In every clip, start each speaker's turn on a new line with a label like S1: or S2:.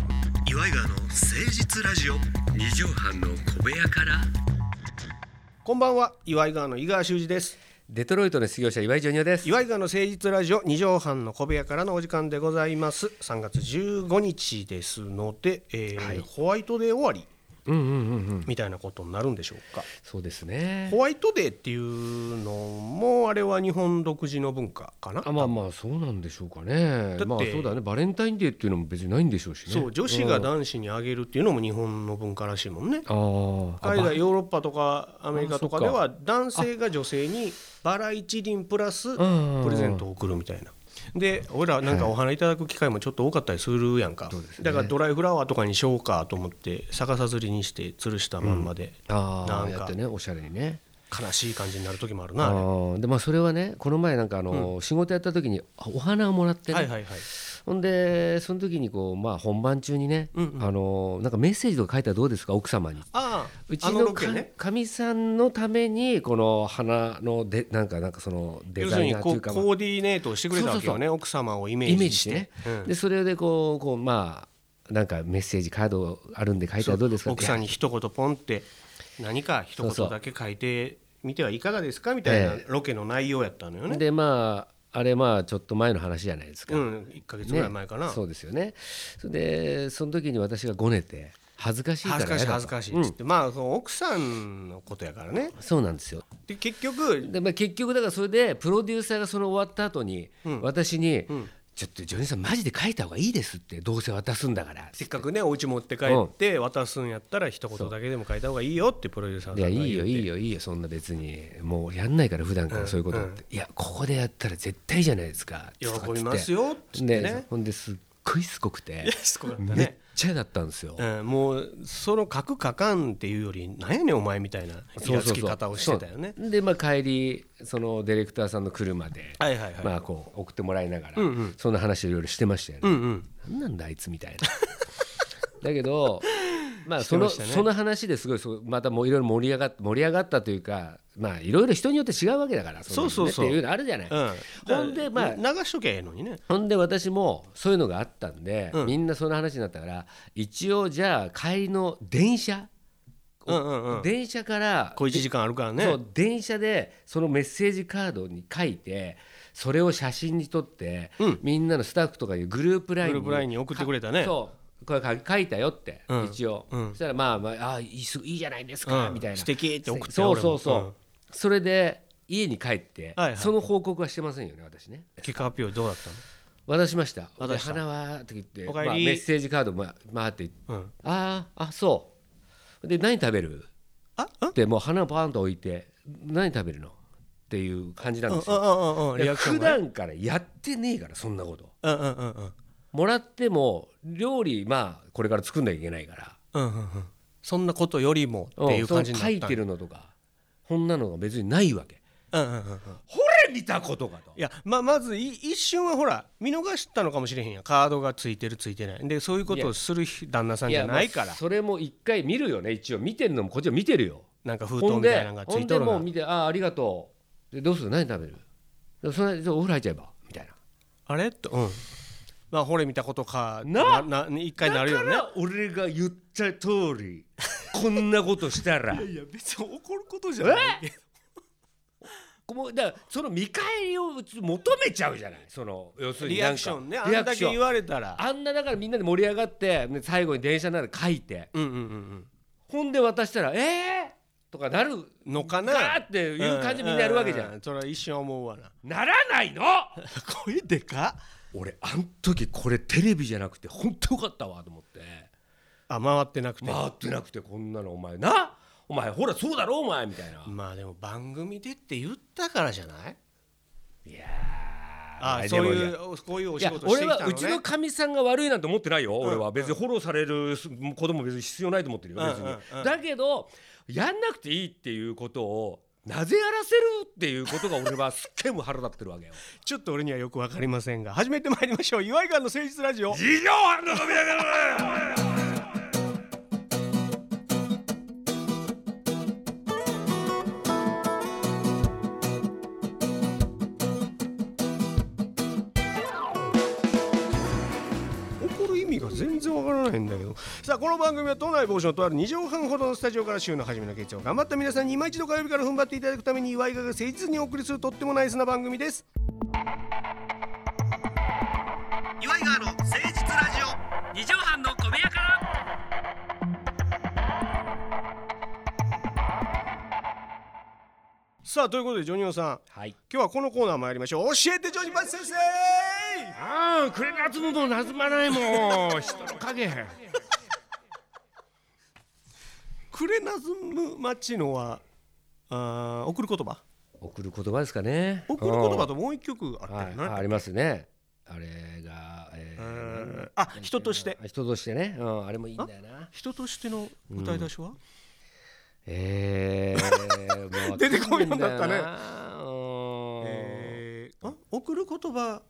S1: イガーの誠実ラジオ
S2: 二畳半の小部屋から
S1: こんばんは岩井川の井川修司です
S2: デトロイトの失業者岩井ジョニオです
S1: 岩井川の誠実ラジオ二畳半の小部屋からのお時間でございます3月15日ですので、えーホワイトデー終わり
S2: うんうんうんうん
S1: みたいなことになるんでしょうか
S2: そうですね
S1: ホワイトデーっていうのもあれは日本独自の文化かな
S2: あまあまあそうなんでしょうかね
S1: て
S2: まあそうだねバレンタインデーっていうのも別にないんでしょうしね
S1: そう女子が男子にあげるっていうのも日本の文化らしいもんね
S2: あーあ
S1: 海
S2: ば
S1: 外ヨーロッパとかアメリカとかでは男性が女性にバラ一輪プラス
S2: うん
S1: プレゼントを送るみたいな。で俺らなんかお花いただく機会もちょっと多かったりするやんか、
S2: そうですね
S1: だからドライフラワーとかにしようかと思って逆さ吊りにして吊るしたまんまで
S2: あ
S1: なん
S2: あ
S1: か
S2: やってねおしゃれにね
S1: 悲しい感じになる時もある
S2: あ
S1: なあれは
S2: ーでまあそれはねこの前なんかあの仕事やった時にあお花をもらって
S1: い
S2: ね
S1: はいはい
S2: ほんでその時にこうまあ本番中にね、
S1: うんう
S2: あのなんかメッセージとか書いたらどうですか奥様に。
S1: ああ
S2: うち
S1: あの
S2: の
S1: ロ
S2: か
S1: ケね
S2: かみ、さんのためにこの花のでなんかなんかそのデ
S1: 要す
S2: ザ
S1: る
S2: イ
S1: に
S2: ナー
S1: こと
S2: いううか
S1: コーディネートをしてくれたわけよ
S2: そう
S1: ね奥様をイメ
S2: イメ
S1: ー
S2: ー
S1: ジ
S2: ジ
S1: し
S2: して
S1: て
S2: ね、
S1: うん
S2: でそれでこうこうまあなんかメッセージカードあるんで書いたらどうですか
S1: 奥さん
S2: に
S1: に一言ポンって何か一
S2: そうそ
S1: 言
S2: う
S1: だけ書いてみてはいかがですかみたいな
S2: え
S1: ロケの内容やったのよね。
S2: でまああれまあちょっと前の話じゃないですか、
S1: うん、1か月ぐらい前かな、
S2: ね、そうですよねそれでその時に私がごねて恥ずかしいか
S1: 恥
S2: ら
S1: ずかしい恥ずか
S2: やだと
S1: しいっつって、まあその奥さんのことやからね
S2: そうなんですよ
S1: で結局
S2: で、まあ、結局だからそれでプロデューサーがその終わった後に私に、ちょっとジョニーさんマジで書いた方がいいですってどうせ渡すんだから
S1: せっかくねお家持って帰って渡すんやったら一言だけでも書いた方がいいよってプロデューサー
S2: い
S1: さん
S2: や
S1: が
S2: いい
S1: 言
S2: よ
S1: う
S2: いいよいいよそんな別にもうやんないから普段からそういうことって、いやここでやったら絶対じゃないですか
S1: 喜びますよっつって
S2: で、
S1: ね
S2: ほんですっごいしつこくて
S1: いやしつこかった ね
S2: めっちゃだったんですよ、
S1: うん、もうその書く書かんっていうよりなんやねんお前みたいなイ
S2: そう
S1: ラ
S2: そ
S1: つ
S2: うそう
S1: き方をしてたよね
S2: そうでまあ帰りそのディレクターさんの車で、
S1: はいはいはい、
S2: まあこう送ってもらいなが
S1: う
S2: ら、
S1: んうん
S2: そんな話をいろいろしてましたよ
S1: う
S2: ね、
S1: んうん
S2: なんなんだあいつみたいな だけどまあ
S1: して
S2: そ
S1: ま
S2: の
S1: したね
S2: その話ですごいそうまたもういろいろ盛り上がっ盛り上がったというかまあいろいろ人によって違うわけだからの
S1: そうそうそう
S2: ねっていうのあるじゃない、
S1: うん、
S2: ほんでまあ
S1: 流しときゃええのにね
S2: ほんで私もそういうのがあったんで、
S1: うん
S2: みんなその話になったから一応じゃあ帰りの電車、
S1: うんうんうん
S2: 電車から
S1: 小一時間あるからね
S2: そう電車でそのメッセージカードに書いてそれを写真に撮って、
S1: うん
S2: みんなのスタッフとかいうグループライン
S1: グループラインに送ってくれたね
S2: かそうこれ書書いたよって、
S1: うん
S2: 一応、
S1: うん
S2: そしたらまあまああいいすいいじゃないですか、
S1: うん
S2: みたいな
S1: 素敵って送って
S2: そうそうそう、
S1: 俺もうん
S2: それで家に帰って、
S1: はいはい
S2: その報告はしてませんよね私ね
S1: 結果発表どうだった
S2: 渡しました「
S1: 渡した
S2: で花は?」って言って、
S1: お
S2: ま
S1: かえ
S2: あ、
S1: り
S2: メッセージカードま回って
S1: の、うん、
S2: 「あーあそう」で「何食べる?」
S1: あ
S2: ってもう花をパーンと置いて「何食べるの?」っていう感じなんですよ。
S1: うんうんうんうんリアクション
S2: 普
S1: がね
S2: 段からやってねえからそんなこと
S1: うんうんうんうん
S2: もらっても料理まあこれから作んなきゃいけないから
S1: うんうんうんそんなことよりもってい
S2: ん
S1: う
S2: その
S1: 感じにな
S2: 書
S1: っ
S2: い
S1: た
S2: てるのとかこんなのが別にないわけ
S1: うんうんうんうん
S2: ほれ見たことかと
S1: いやままずい一瞬はほら見逃したのかもしれへんやんカードがついてるついてないでそういうことをするひ旦那さんじゃないか
S2: やま
S1: ら
S2: あそれも一回見るよね一応見てるのもこっちは見てるよ
S1: なんか封筒
S2: ほん
S1: みたい
S2: で
S1: なのがつ
S2: ほ
S1: い
S2: ん
S1: て
S2: で
S1: る
S2: もう
S1: の
S2: 見てああありがとうでどうする何食べるでそれじゃあお風呂入っちゃえばみたいな
S1: あれとうんまあほれ見たことか
S2: な
S1: なな一回なるよね
S2: だから俺が言った通り こんなことしたら
S1: いや別に怒ることじ
S2: ゃないもうだからその見返りを求めちゃうじゃないその要するに
S1: リ
S2: なんか
S1: アクションねあん
S2: リア
S1: だ
S2: ク
S1: け
S2: ション
S1: 言われたら
S2: あんなだからみんなで盛り上がってね最後に電車なら書いて
S1: うんうんうん
S2: ほんで渡したら「えー!」とかなる
S1: うんのかな
S2: ガーっていう感じみんなやるわけじゃん。
S1: うううそれは一瞬思うわな
S2: ならないの
S1: 声でか
S2: 俺あん時これテレビじゃなくて本当よかったわと思って
S1: あ回ってなくて
S2: 回ってなくてこんなのお前なお前ほらそうだろお前みたいな。
S1: まあでも番組でって言ったからじゃない
S2: いや
S1: あ
S2: ー
S1: そうい
S2: でも
S1: うこういうお
S2: い
S1: 仕
S2: や
S1: 事して
S2: 俺
S1: きた
S2: は
S1: のね
S2: うちのかみさんが悪いなんて思ってないよ、俺は別にフォローされる子供別に必要ないと思ってるよ、別に、
S1: うんうんうん
S2: だけどやんなくていいっていうことをなぜやらせるっていうことが俺はすっげえもう腹立って るわけよ
S1: ちょっと俺にはよくわかりませんが始めてまいりましょう岩井川の誠実ラジオ
S2: 事情あるのかみたいな
S1: 怒る意味が全然わからないんだけどさあこの番組は都内某所のとある2畳半ほどのスタジオから週の初めの月曜頑張った皆さんに今一度火曜日から踏ん張っていただくために岩井川が誠実にお送りするとってもナイスな番組です岩井川の誠実ラジオ
S2: 二畳半の小部屋から。
S1: さあということでジョニオさん
S2: はい。
S1: 今日はこのコーナー参りましょう教えてジョニバチ先生
S2: ああ、くれなつむのなずまないもん。人の影。
S1: クレナズム町のはあー送る言葉
S2: 送る言葉ですかね。
S1: 送る言葉ともう一曲あっ
S2: うん。は
S1: たよ
S2: い、
S1: な、
S2: ありますね。あれが、え
S1: う
S2: ー
S1: んあ人として
S2: 人としてね、うん、あれもいいんだよな。
S1: 人としての歌い出しは、
S2: えー、もう
S1: 出てこんようになったね
S2: わかんないんだよなうん
S1: えーあ送る言葉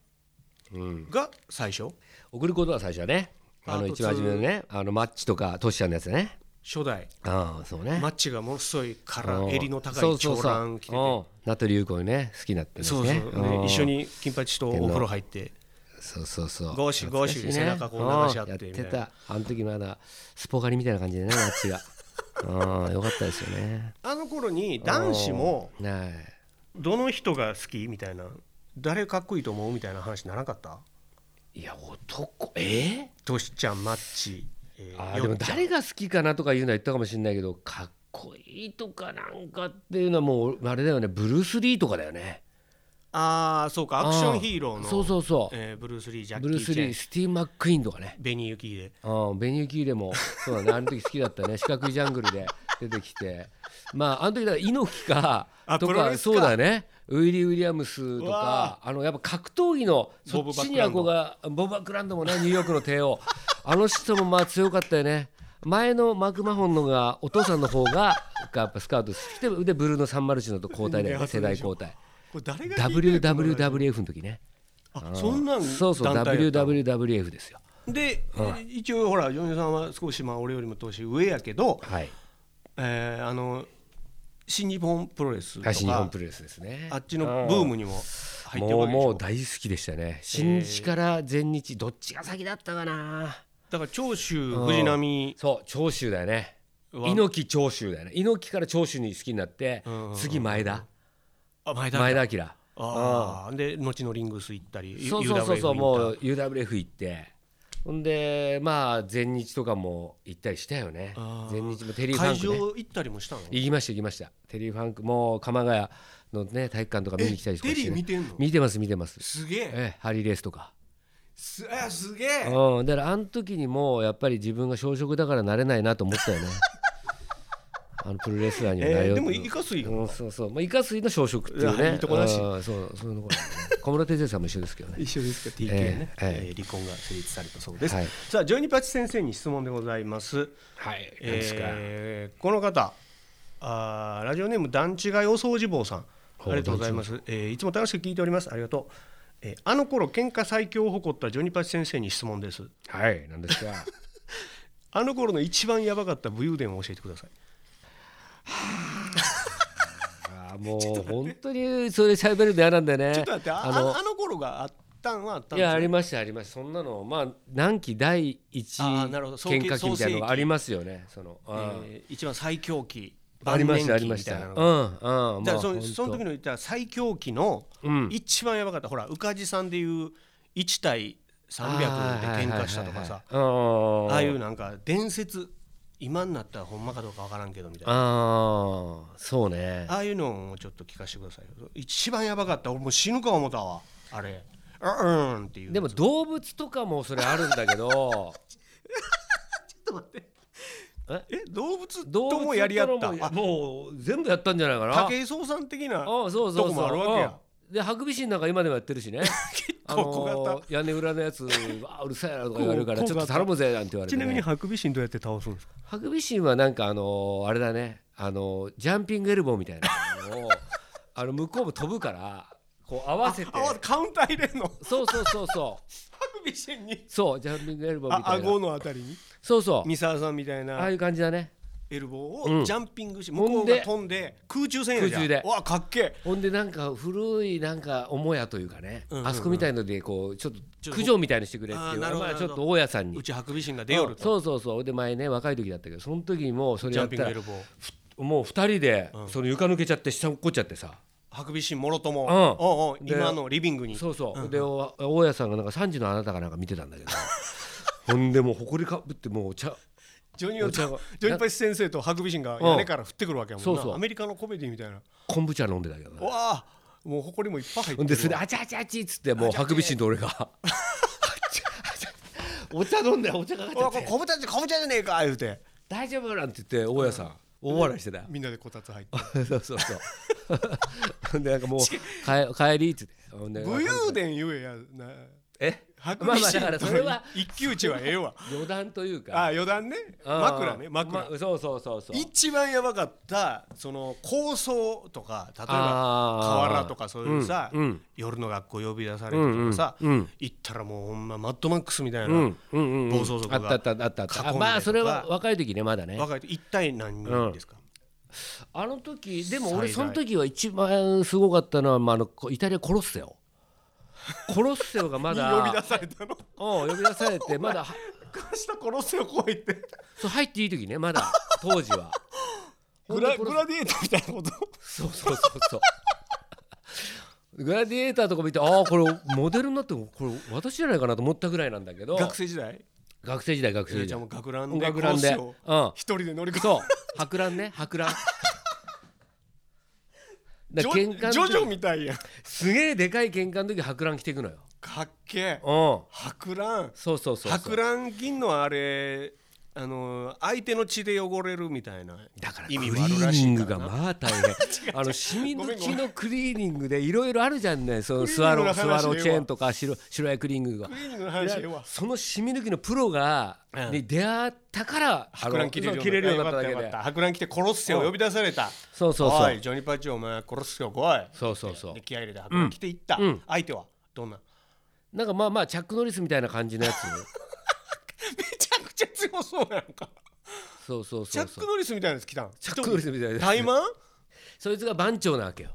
S2: うん
S1: が最初
S2: 送ることは最初はねあ
S1: パ
S2: の
S1: ート
S2: 一
S1: ツー
S2: 番初めのねあのマッチとかトシちゃんのやつね
S1: 初代
S2: ああそうね
S1: マッチがものすごいから
S2: うん
S1: 襟の高
S2: そ
S1: いう
S2: そう
S1: 長
S2: そう
S1: 蘭着てて
S2: うん名取裕子にね好きになって
S1: そうそう、ね
S2: うん
S1: 一緒に金八とお風呂入って
S2: そうそうそう
S1: ゴシゴシ
S2: 懐かしい
S1: 背中こう流し合って
S2: うんやって
S1: みたい
S2: たあの時まだスポガリみたいな感じでねマッチ がうんよかったですよね
S1: あの頃に男子も
S2: うんねえ
S1: どの人が好きみたいな誰かっこいいと思うみたいな話ならなかった
S2: いや男え
S1: トシちゃんマッチ、え
S2: ー、
S1: ー
S2: あーでも
S1: よっちゃん
S2: 誰が好きかなとかいうのは言ったかもしれないけどかっこいいとかなんかっていうのはもうあれだよねブルース・リーとかだよね
S1: ああそうかアクションヒーローの
S2: そうそうそう、
S1: えーブルース・リージャッキ
S2: ブルー
S1: ー・
S2: ス・
S1: チェ
S2: リー
S1: ン
S2: スティーブ・マック・イーンとかね
S1: ベニー・ユキーで
S2: うん、ベニューキーレもそうだねあの時好きだった ね四角いジャングルで出てきてまああの時だから猪木か
S1: あ
S2: と
S1: プロレ
S2: か
S1: スか
S2: そうだよねウィリー・ウィリアムスと
S1: うわ
S2: かあのやっぱ格闘技のそ
S1: ボブ
S2: っちに憧れボブ・バックランドもねニューヨークの帝王あの人もまあ強かったよね前のマクマホンのがお父さんの方がやっぱスカウトしてでブルーのサンマルチノと交代だよ
S1: いや
S2: ね世代交代
S1: これ誰が聞いてる
S2: WWWF の時ね
S1: あそんなん
S2: そうそう
S1: 団体やったの
S2: WWWF ですよ
S1: で、一応ほら米さんは少しまあ俺よりも年上やけど、
S2: はい
S1: えーあの新日本プロレスとか
S2: 東日本プロレスですね
S1: あっちのブームにも入ってる
S2: も
S1: わけで
S2: う
S1: し
S2: も
S1: ょ
S2: う大好きでしたね新日から全日どっちが先だったかな
S1: だから長州藤波
S2: そう長州だよね
S1: は
S2: 猪木長州だよね猪木から長州に好きになって
S1: うん
S2: 次前田
S1: あ前田
S2: 前田明
S1: ああで後のリングス行ったり
S2: そうそうそうそうも
S1: う
S2: う UWF 行ってほんでまあ全日とかも行ったりしたよね
S1: あー
S2: 全日もテリーファ
S1: 会
S2: ンク
S1: 場
S2: ね
S1: 行ったりもしたの
S2: 行きました行きましたテリーファンクもう鎌ヶ谷のね体育館とか見に来たりとか
S1: テ
S2: して
S1: リー見
S2: ね
S1: てんの
S2: 見てます見てます
S1: すげえ
S2: ええハリーレースとか
S1: すあすげえ
S2: うん、だからあの時にもうやっぱり自分が小食だからなれないなと思ったよ ねあのプロレスラーにはなれ
S1: え
S2: よ
S1: ー
S2: う
S1: でもイカスイ
S2: うん、そうそう、まあ、イカ水の小食っていう
S1: いや
S2: ね
S1: いいとこだし
S2: うんそうそういうとこだね小室哲哉さんも一緒ですけどね
S1: 一緒ですか TK ね、
S2: ええ
S1: えー離婚が成立されたそうです、
S2: はい
S1: さあジョニパチ先生に質問でございます、
S2: はい
S1: えーこの方あーラジオネーム段違いお掃除坊さんあ
S2: ほう
S1: りがとうございます、えーいつも楽しく聞いておりますありがとう、えーあの頃喧嘩最強を誇ったジョニパチ先生に質問です
S2: はい何です かは
S1: あの頃の一番やばかった武勇伝を教えてください
S2: あもう本当にそれ喋るの嫌なんだよね
S1: ちょっと待ってああのあの頃があったんはあったん
S2: い
S1: です
S2: やあ
S1: よ
S2: りましたありましたそんなのまあ南紀第一
S1: あーなるほど
S2: 喧嘩期みたいなのがありますよねその、うん
S1: えー一番最強期
S2: ありましたあ
S1: 晩年期
S2: りま
S1: み
S2: したた
S1: いうなの
S2: ん
S1: が
S2: うん
S1: だから
S2: も
S1: そうのその時
S2: 本
S1: の言った最強期の
S2: うん
S1: 一番やばかった、ほら宇梶さんでいう1対300で喧嘩したとかさ
S2: あー
S1: あ
S2: は
S1: あ
S2: い
S1: い
S2: はいはいはいうん
S1: うなんか伝説今になったらほんまかどうかわからんけどみたいな
S2: ああそうね
S1: ああいうのをちょっと聞かせてくださいよ一番やばかった俺もう死ぬか思ったわあれうんうんっていう
S2: でも動物とかもそれあるんだ けど
S1: ちょっと待って
S2: え
S1: え動物
S2: 動
S1: と
S2: 物
S1: もやり合った
S2: とも
S1: あ
S2: もう全部やったんじゃないかな
S1: 武井壮さん的な
S2: あそうそうそ
S1: と
S2: う
S1: こもあるわけや
S2: うんでハクビシンなんか今でもやってる しね結
S1: 構小型
S2: 屋根裏のやつあうるさいなとか言われるから
S1: こう
S2: ちょっと頼むぜなんて言われて、
S1: ち
S2: ね、
S1: なみにハクビシンどうやって倒すんですか
S2: ハクビシンはなんかあのーあれだねあのージャンピングエルボーみたいなのをあの向こうも飛ぶからこう合わせて
S1: あカウンター入れんのハ
S2: そうそうそうそう
S1: クビシンに
S2: そうジャンピングエルボーみ
S1: あ
S2: たいな
S1: 顎のあたりに
S2: そうそう
S1: 三沢さんみたい
S2: ああ
S1: な
S2: いう感じだね
S1: エルボ
S2: う
S1: ーを
S2: ん
S1: ジャンピングして向こうが飛んで空中戦やじゃん
S2: 空中で
S1: うわかっけえ
S2: ほんでなんか古いなんか母屋というかね、
S1: うんうんうん
S2: あそこみたいのでこうちょっと駆除みたいにしてくれって
S1: あ
S2: い
S1: ー
S2: う
S1: なるほど
S2: まあ、
S1: な
S2: ち
S1: るほ
S2: ょ
S1: ど
S2: っと大家さんに
S1: うちハクビシンが出よると
S2: そうそうそうで前ね若い時だったけどその時にもうそれ
S1: ジャ
S2: や
S1: ン
S2: っ
S1: ピン
S2: た
S1: グ
S2: ら
S1: エルボー
S2: もう二人でその床抜けちゃって下落っこっちゃってさ、
S1: ハクビシンもろとも
S2: ん
S1: おうおう
S2: で
S1: 今のリビングに
S2: そうそう、でお大家さんがなんか3時のあなたかなんか見てたんだけどほんでもうほこりかぶってもうお茶
S1: ジョニオ
S2: お茶
S1: と
S2: が
S1: ジョニパチ先生とハクビシンが屋根から降ってくるわけやもんな
S2: そうそう
S1: アメリカのコメディみたいな
S2: 昆布茶飲んでたけどね
S1: うわあもう埃もいっぱい入ってる
S2: ほん
S1: わ
S2: でそれであちゃあちゃあちっつってもうハクビシン と俺があちゃあちゃお茶飲んでお茶かかっ
S1: う
S2: ちゃ
S1: わ
S2: っ
S1: これ
S2: て
S1: かぼちゃじゃかぼちゃじゃねえか言うて
S2: 大丈夫なんて言って大家さん大笑いしてたよ
S1: みんなでこたつ入って
S2: そうそうそうほん でなんかもう帰帰りっつってほんで
S1: 武勇伝言えやな
S2: え
S1: ハク
S2: まあ
S1: ビ
S2: まあ
S1: シ
S2: だ
S1: ン
S2: から
S1: と
S2: それは
S1: 一騎打ちはええわ
S2: 余談という
S1: あ
S2: か
S1: あ余談ね
S2: うん
S1: 枕ね枕
S2: まそうそうそうそう
S1: 一番やばかったその構想とか例えば
S2: あー
S1: 河原とかそういうさ、
S2: うんうん
S1: 夜の学校呼び出されるとかさ、
S2: うんうんうん
S1: 行ったらもうほんまマッドマックスみたいな、
S2: うんうんうんうん
S1: 暴走族が
S2: あったあったあったあった
S1: 囲んでと
S2: あ
S1: か
S2: まあそれは若い時ねまだね
S1: 若い人一体何人ですか、
S2: あの時でも
S1: 最
S2: 俺
S1: 大
S2: その時は一番すごかったのは、まあ、あのこイタリアコロッセオコロッセオがま だ
S1: 呼び出されたの
S2: うん呼び出されてまだは
S1: 明日殺せよ来いって
S2: そう入っていい時ねまだ当時は
S1: グ
S2: ほん
S1: ラ
S2: でコ
S1: グ
S2: ロッ
S1: ラディエーターみたいなこと
S2: そうそうそうそうグラディエーターとか見てああこれモデルになってもこれ私じゃないかなと思ったぐらいなんだけど
S1: 学生時代
S2: 学生時代学生時
S1: じゃあ
S2: 代
S1: もう学ランで
S2: 学ラン
S1: 殺
S2: です
S1: よ
S2: うん
S1: 一人で乗り込む
S2: そう博覧ね博覧だ
S1: ジ
S2: か
S1: ョ
S2: ら
S1: ジ
S2: 玄関
S1: ョ
S2: の時
S1: ジョみたいやん
S2: すげえでかい玄関の時博覧着てくのよ
S1: かっけえ
S2: うん
S1: 博覧
S2: そうそうそうそ
S1: 博
S2: う
S1: 覧銀のあれあの相手の血で汚れるみたいな
S2: だからク
S1: 意
S2: リ
S1: 味もあるら
S2: ー
S1: し
S2: ニン
S1: いか
S2: グ
S1: ら
S2: が
S1: な
S2: まあ大変 あの染み抜きのクリーニングでいろいろあるじゃんねその
S1: クリー
S2: ス
S1: ニ
S2: ワ
S1: ング
S2: ロ
S1: の
S2: ー
S1: 話
S2: スワローチェーンとか白白いクリーニングが
S1: クリーニングの話ええわ
S2: その染み抜きのプロが、
S1: うん
S2: に出会ったからあの
S1: 博覧切れる
S2: そう切れるようになっただ
S1: よ
S2: け
S1: か
S2: で
S1: った博覧来て殺すよ呼び出された
S2: そうそうそ
S1: お
S2: う
S1: いジョニーパチお前殺すよ来い
S2: そうそうそう
S1: で気合い入れて博覧来て行った
S2: うん
S1: 相手はどんな
S2: なんかまあまあチャック・ノリスみたいな感じのやつ
S1: めちゃくちゃ強そうやんか
S2: そうそう
S1: チ
S2: そ
S1: ャ
S2: う
S1: ッ
S2: そ
S1: ク・
S2: う
S1: ノリスみたいなやつ来たん
S2: チャック・ノリスみたいな
S1: タイマン
S2: そいつが番長なわけよ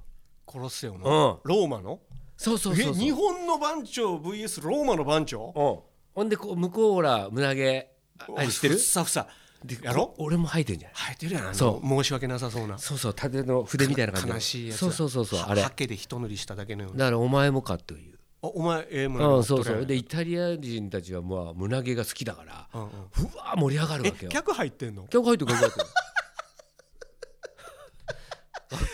S1: 殺すよ
S2: うん
S1: のローマの
S2: そうそう
S1: え
S2: そうそう
S1: 日本の番長 VS ローマの番長
S2: うんほんでこう向こうほら胸毛ああれ知ってる
S1: ふさふさやろ
S2: 俺も生えてんじゃない
S1: 生えてるやんあの
S2: そ
S1: 申し訳なさそうな
S2: そうそう縦の筆みたいな感じの
S1: 悲しいやつ
S2: そうそうそうそうあれ
S1: は
S2: だ
S1: けで一塗りしただけのような
S2: からお前もかという
S1: おお前ええも
S2: うん
S1: の
S2: そうそうでイタリア人たちはまあ胸毛が好きだから
S1: うんうん
S2: うわー盛り上がる
S1: え
S2: わけよ
S1: 客入ってんの
S2: 客入ってる客入ってる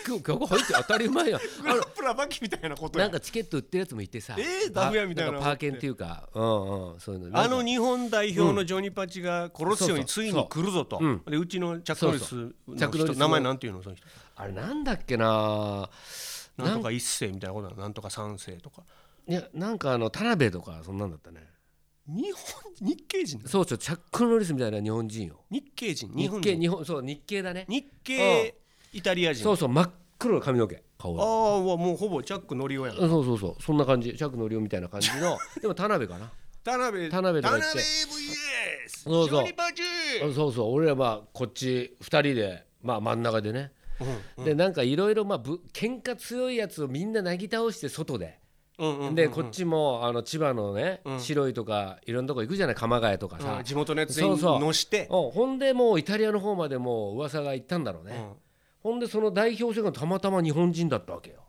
S2: 客客入って当た り前や
S1: グラップラバキみたいなことや
S2: なんかチケット売ってるやつもいてさ
S1: えーダフ屋みたいなの
S2: んかパーケンっていうかうんうんそういうの
S1: あの日本代表のジョニパチが殺すようについに来るぞと
S2: そうそう
S1: でうちのチャック・ノリス
S2: チャ
S1: の
S2: ックノリ
S1: 人
S2: スの
S1: 名前なんていうのその人
S2: あれなんだっけな
S1: なん
S2: なん
S1: とか一世みたいなことなのなんとか三世とか
S2: いやなんかあの田辺とかそんなんだったね
S1: 日本日系人
S2: そうそうチャック・ノリスみたいな日本人よ
S1: 日系人日
S2: 日
S1: 本
S2: 系
S1: 人
S2: 日本そう日系だね
S1: 日系イタリア人
S2: そうそう真っ黒の髪の毛顔
S1: あ
S2: が
S1: あうわもうほぼチャック・ノリオやん
S2: そうそうそうそんな感じチャックのりおみたいな感じ のでも田辺かな
S1: 田辺
S2: 田辺と
S1: 田
S2: か
S1: 辺
S2: 言っ
S1: VS
S2: て
S1: ジ
S2: そうそ
S1: ョ
S2: う
S1: ニパチ
S2: あそうそう俺らはこっち2人でまあ真ん中でねでなんかいろいろまあぶ喧嘩強いやつをみんななぎ倒して外で
S1: うんうん
S2: でこっちもあの千葉のね白いとかいろんなとこ行くじゃない鎌ヶ谷とか
S1: う
S2: さ
S1: ん地元のやつ
S2: そ
S1: に
S2: うそう
S1: 乗して
S2: うんほんでもうイタリアの方までもう噂が行ったんだろうね、
S1: うん
S2: ほんでその代表者がたまたま日本人だったわけよ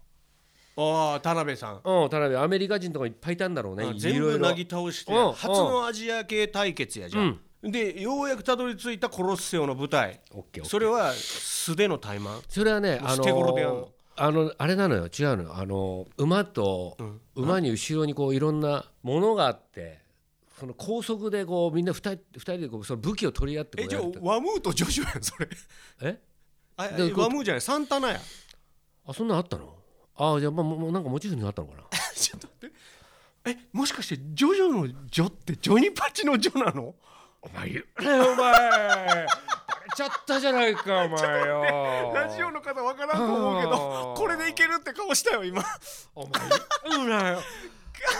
S1: ああ田辺さん
S2: うん田辺アメリカ人とかいっぱいいたんだろうね
S1: あ
S2: い
S1: 全
S2: ろ
S1: 部
S2: いろ
S1: なぎ倒して
S2: うん
S1: 初のアジア系対決やじゃんでようやくたどり着いたコロッセオの舞台
S2: オッケーオッケー
S1: それは素手の怠慢
S2: それはね、
S1: もう
S2: あの
S1: 捨て頃でやんの
S2: あのあれなのよ違うのよあの馬と、
S1: ん
S2: 馬に後ろにこういろんなものがあってその高速でこうみんな二人二人でこうその武器を取り合ってこ
S1: え
S2: う
S1: じゃ
S2: や
S1: あ
S2: ると
S1: ワムーとジョジョやんそれ
S2: え
S1: あ
S2: どういうこと
S1: ワムーじゃないサンタナや
S2: あそんなんあったのあじゃあまあもうもうなんかモチーフになったのかな
S1: ちょっと待ってえもしかしてジョジョのジョってジョニパチのジョなの
S2: お前言うなよお前バレちゃったじ ゃないかお前 よ
S1: ラジオの方わからんと思うけど
S2: あー
S1: これでいけるって顔したよ今
S2: お前言うな よ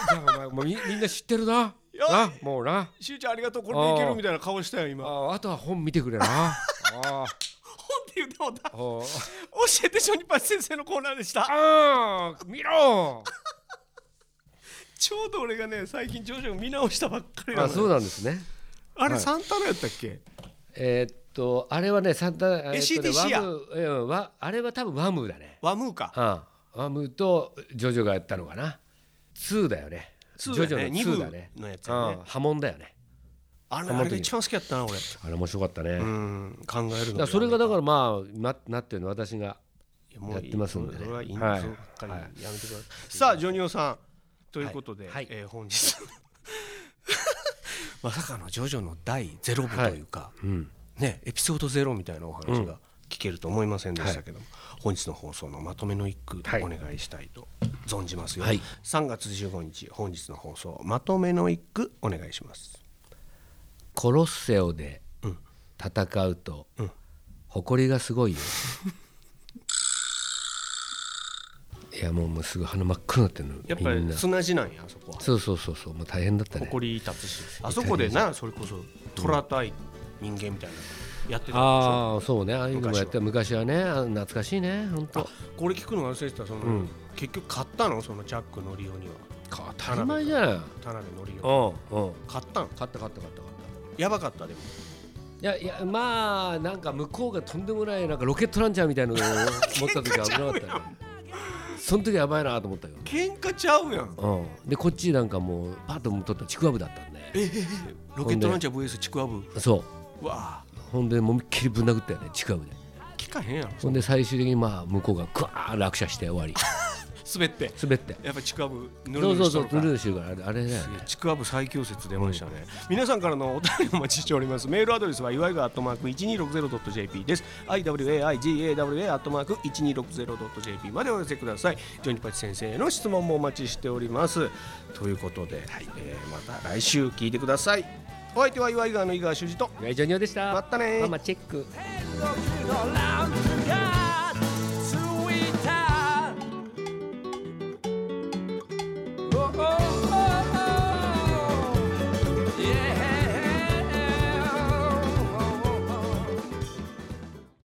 S2: じゃあお前もうみみんな知ってるな
S1: よし
S2: なもうな
S1: しゅうちゃんありがとうこれでいけるみたいな顔したよ今
S2: ああとは本見てくれなああ
S1: 本って言ってもうた
S2: あ
S1: 教
S2: ほう
S1: えて小ニパチ先生のコーナーでした
S2: ああ見ろ
S1: ちょうど俺がね最近徐々に見直したばっかりな
S2: あ
S1: の
S2: そう
S1: よ
S2: なんですね
S1: あれ
S2: はい
S1: サンタナやったっけ
S2: えーっとあれはねサンタえーっとね
S1: ACDC や
S2: ワムうんわあれは多分ワムだね
S1: ワムーか
S2: うんワムとジョジョがやったのかな2だよね
S1: ツーだね
S2: ジョジョの2だね
S1: 二部のやつだね
S2: うん波紋だよね
S1: あれ
S2: あん
S1: あ
S2: ま
S1: れ
S2: り
S1: が一番好きやったな俺
S2: あれ面白かったね、
S1: う
S2: だか
S1: ん考えるの
S2: らそれがだからまあななってるの私が
S1: いやもう
S2: やってますんで
S1: そ
S2: ね
S1: れはいいんで
S2: はい
S1: すよばっかりやめてくださいさあジョニオさんということで、
S2: はい
S1: えー本日 まさかのジョジョの第ゼロ部というか、
S2: うん
S1: ねエピソードゼロみたいなお話が聞けると思いませんでしたけども、本日の放送のまとめの一句
S2: はい
S1: お願いしたいと存じますよ、
S2: はい
S1: 3月15日本日の放送まとめの一句お願いします
S2: コロッセオで戦うと、誇りがす ごいよいやもうもうすぐ鼻真っ黒になってるの
S1: やっぱ
S2: みん
S1: り
S2: な
S1: 砂地なんやあそこは
S2: そうそうそうそうもう大変だったね
S1: 誇り立つしあそこでなそれこそ虎対人間みたいなのやってたでしょ
S2: ああそうねああいうのもやって昔はねあ懐かしいね本当
S1: これ聞くの忘れてたその、結局買ったのそのチャックのりおには
S2: 当たり前じゃない
S1: 田辺のりお
S2: うんうん
S1: 買ったん
S2: 勝った勝った勝った勝った
S1: やばかったでも
S2: いやいやまあなんか向こうがとんでもないなんかロケットランチャーみたいなのを 持った時は危なかったよねその時やばいなと思ったけど
S1: 喧嘩ちゃうやん
S2: うん、でこっちなんかもうパッと取ったらちくわぶだったんで
S1: ロケットランチャー VS ちくわぶ
S2: そう
S1: わあ
S2: ほんでもみっきりぶん殴ったよねちくわぶで
S1: 聞かへんやろ
S2: ほんで最終的にまあ向こうがグワー落車して終わり
S1: 滑って
S2: 滑って
S1: やっぱちくわぶぬる
S2: そう
S1: ぬる
S2: そう
S1: しと
S2: そ
S1: る
S2: う
S1: か
S2: ブ
S1: ら
S2: ルーシューがあれあれだよね
S1: ちくわぶ最強説出ましたね、皆さんからのお便りお待ちしておりますメールアドレスは祝いがアットマーク 1260.jp です iwaigawa アットマーク 1260.jp までお寄せくださいジョニパチ先生への質問もお待ちしておりますということで、えーまた来週聞いてくださいお相手は祝いがの井川修司と
S2: はいジョニオでした
S1: またねー
S2: ママチェック
S3: Round and round.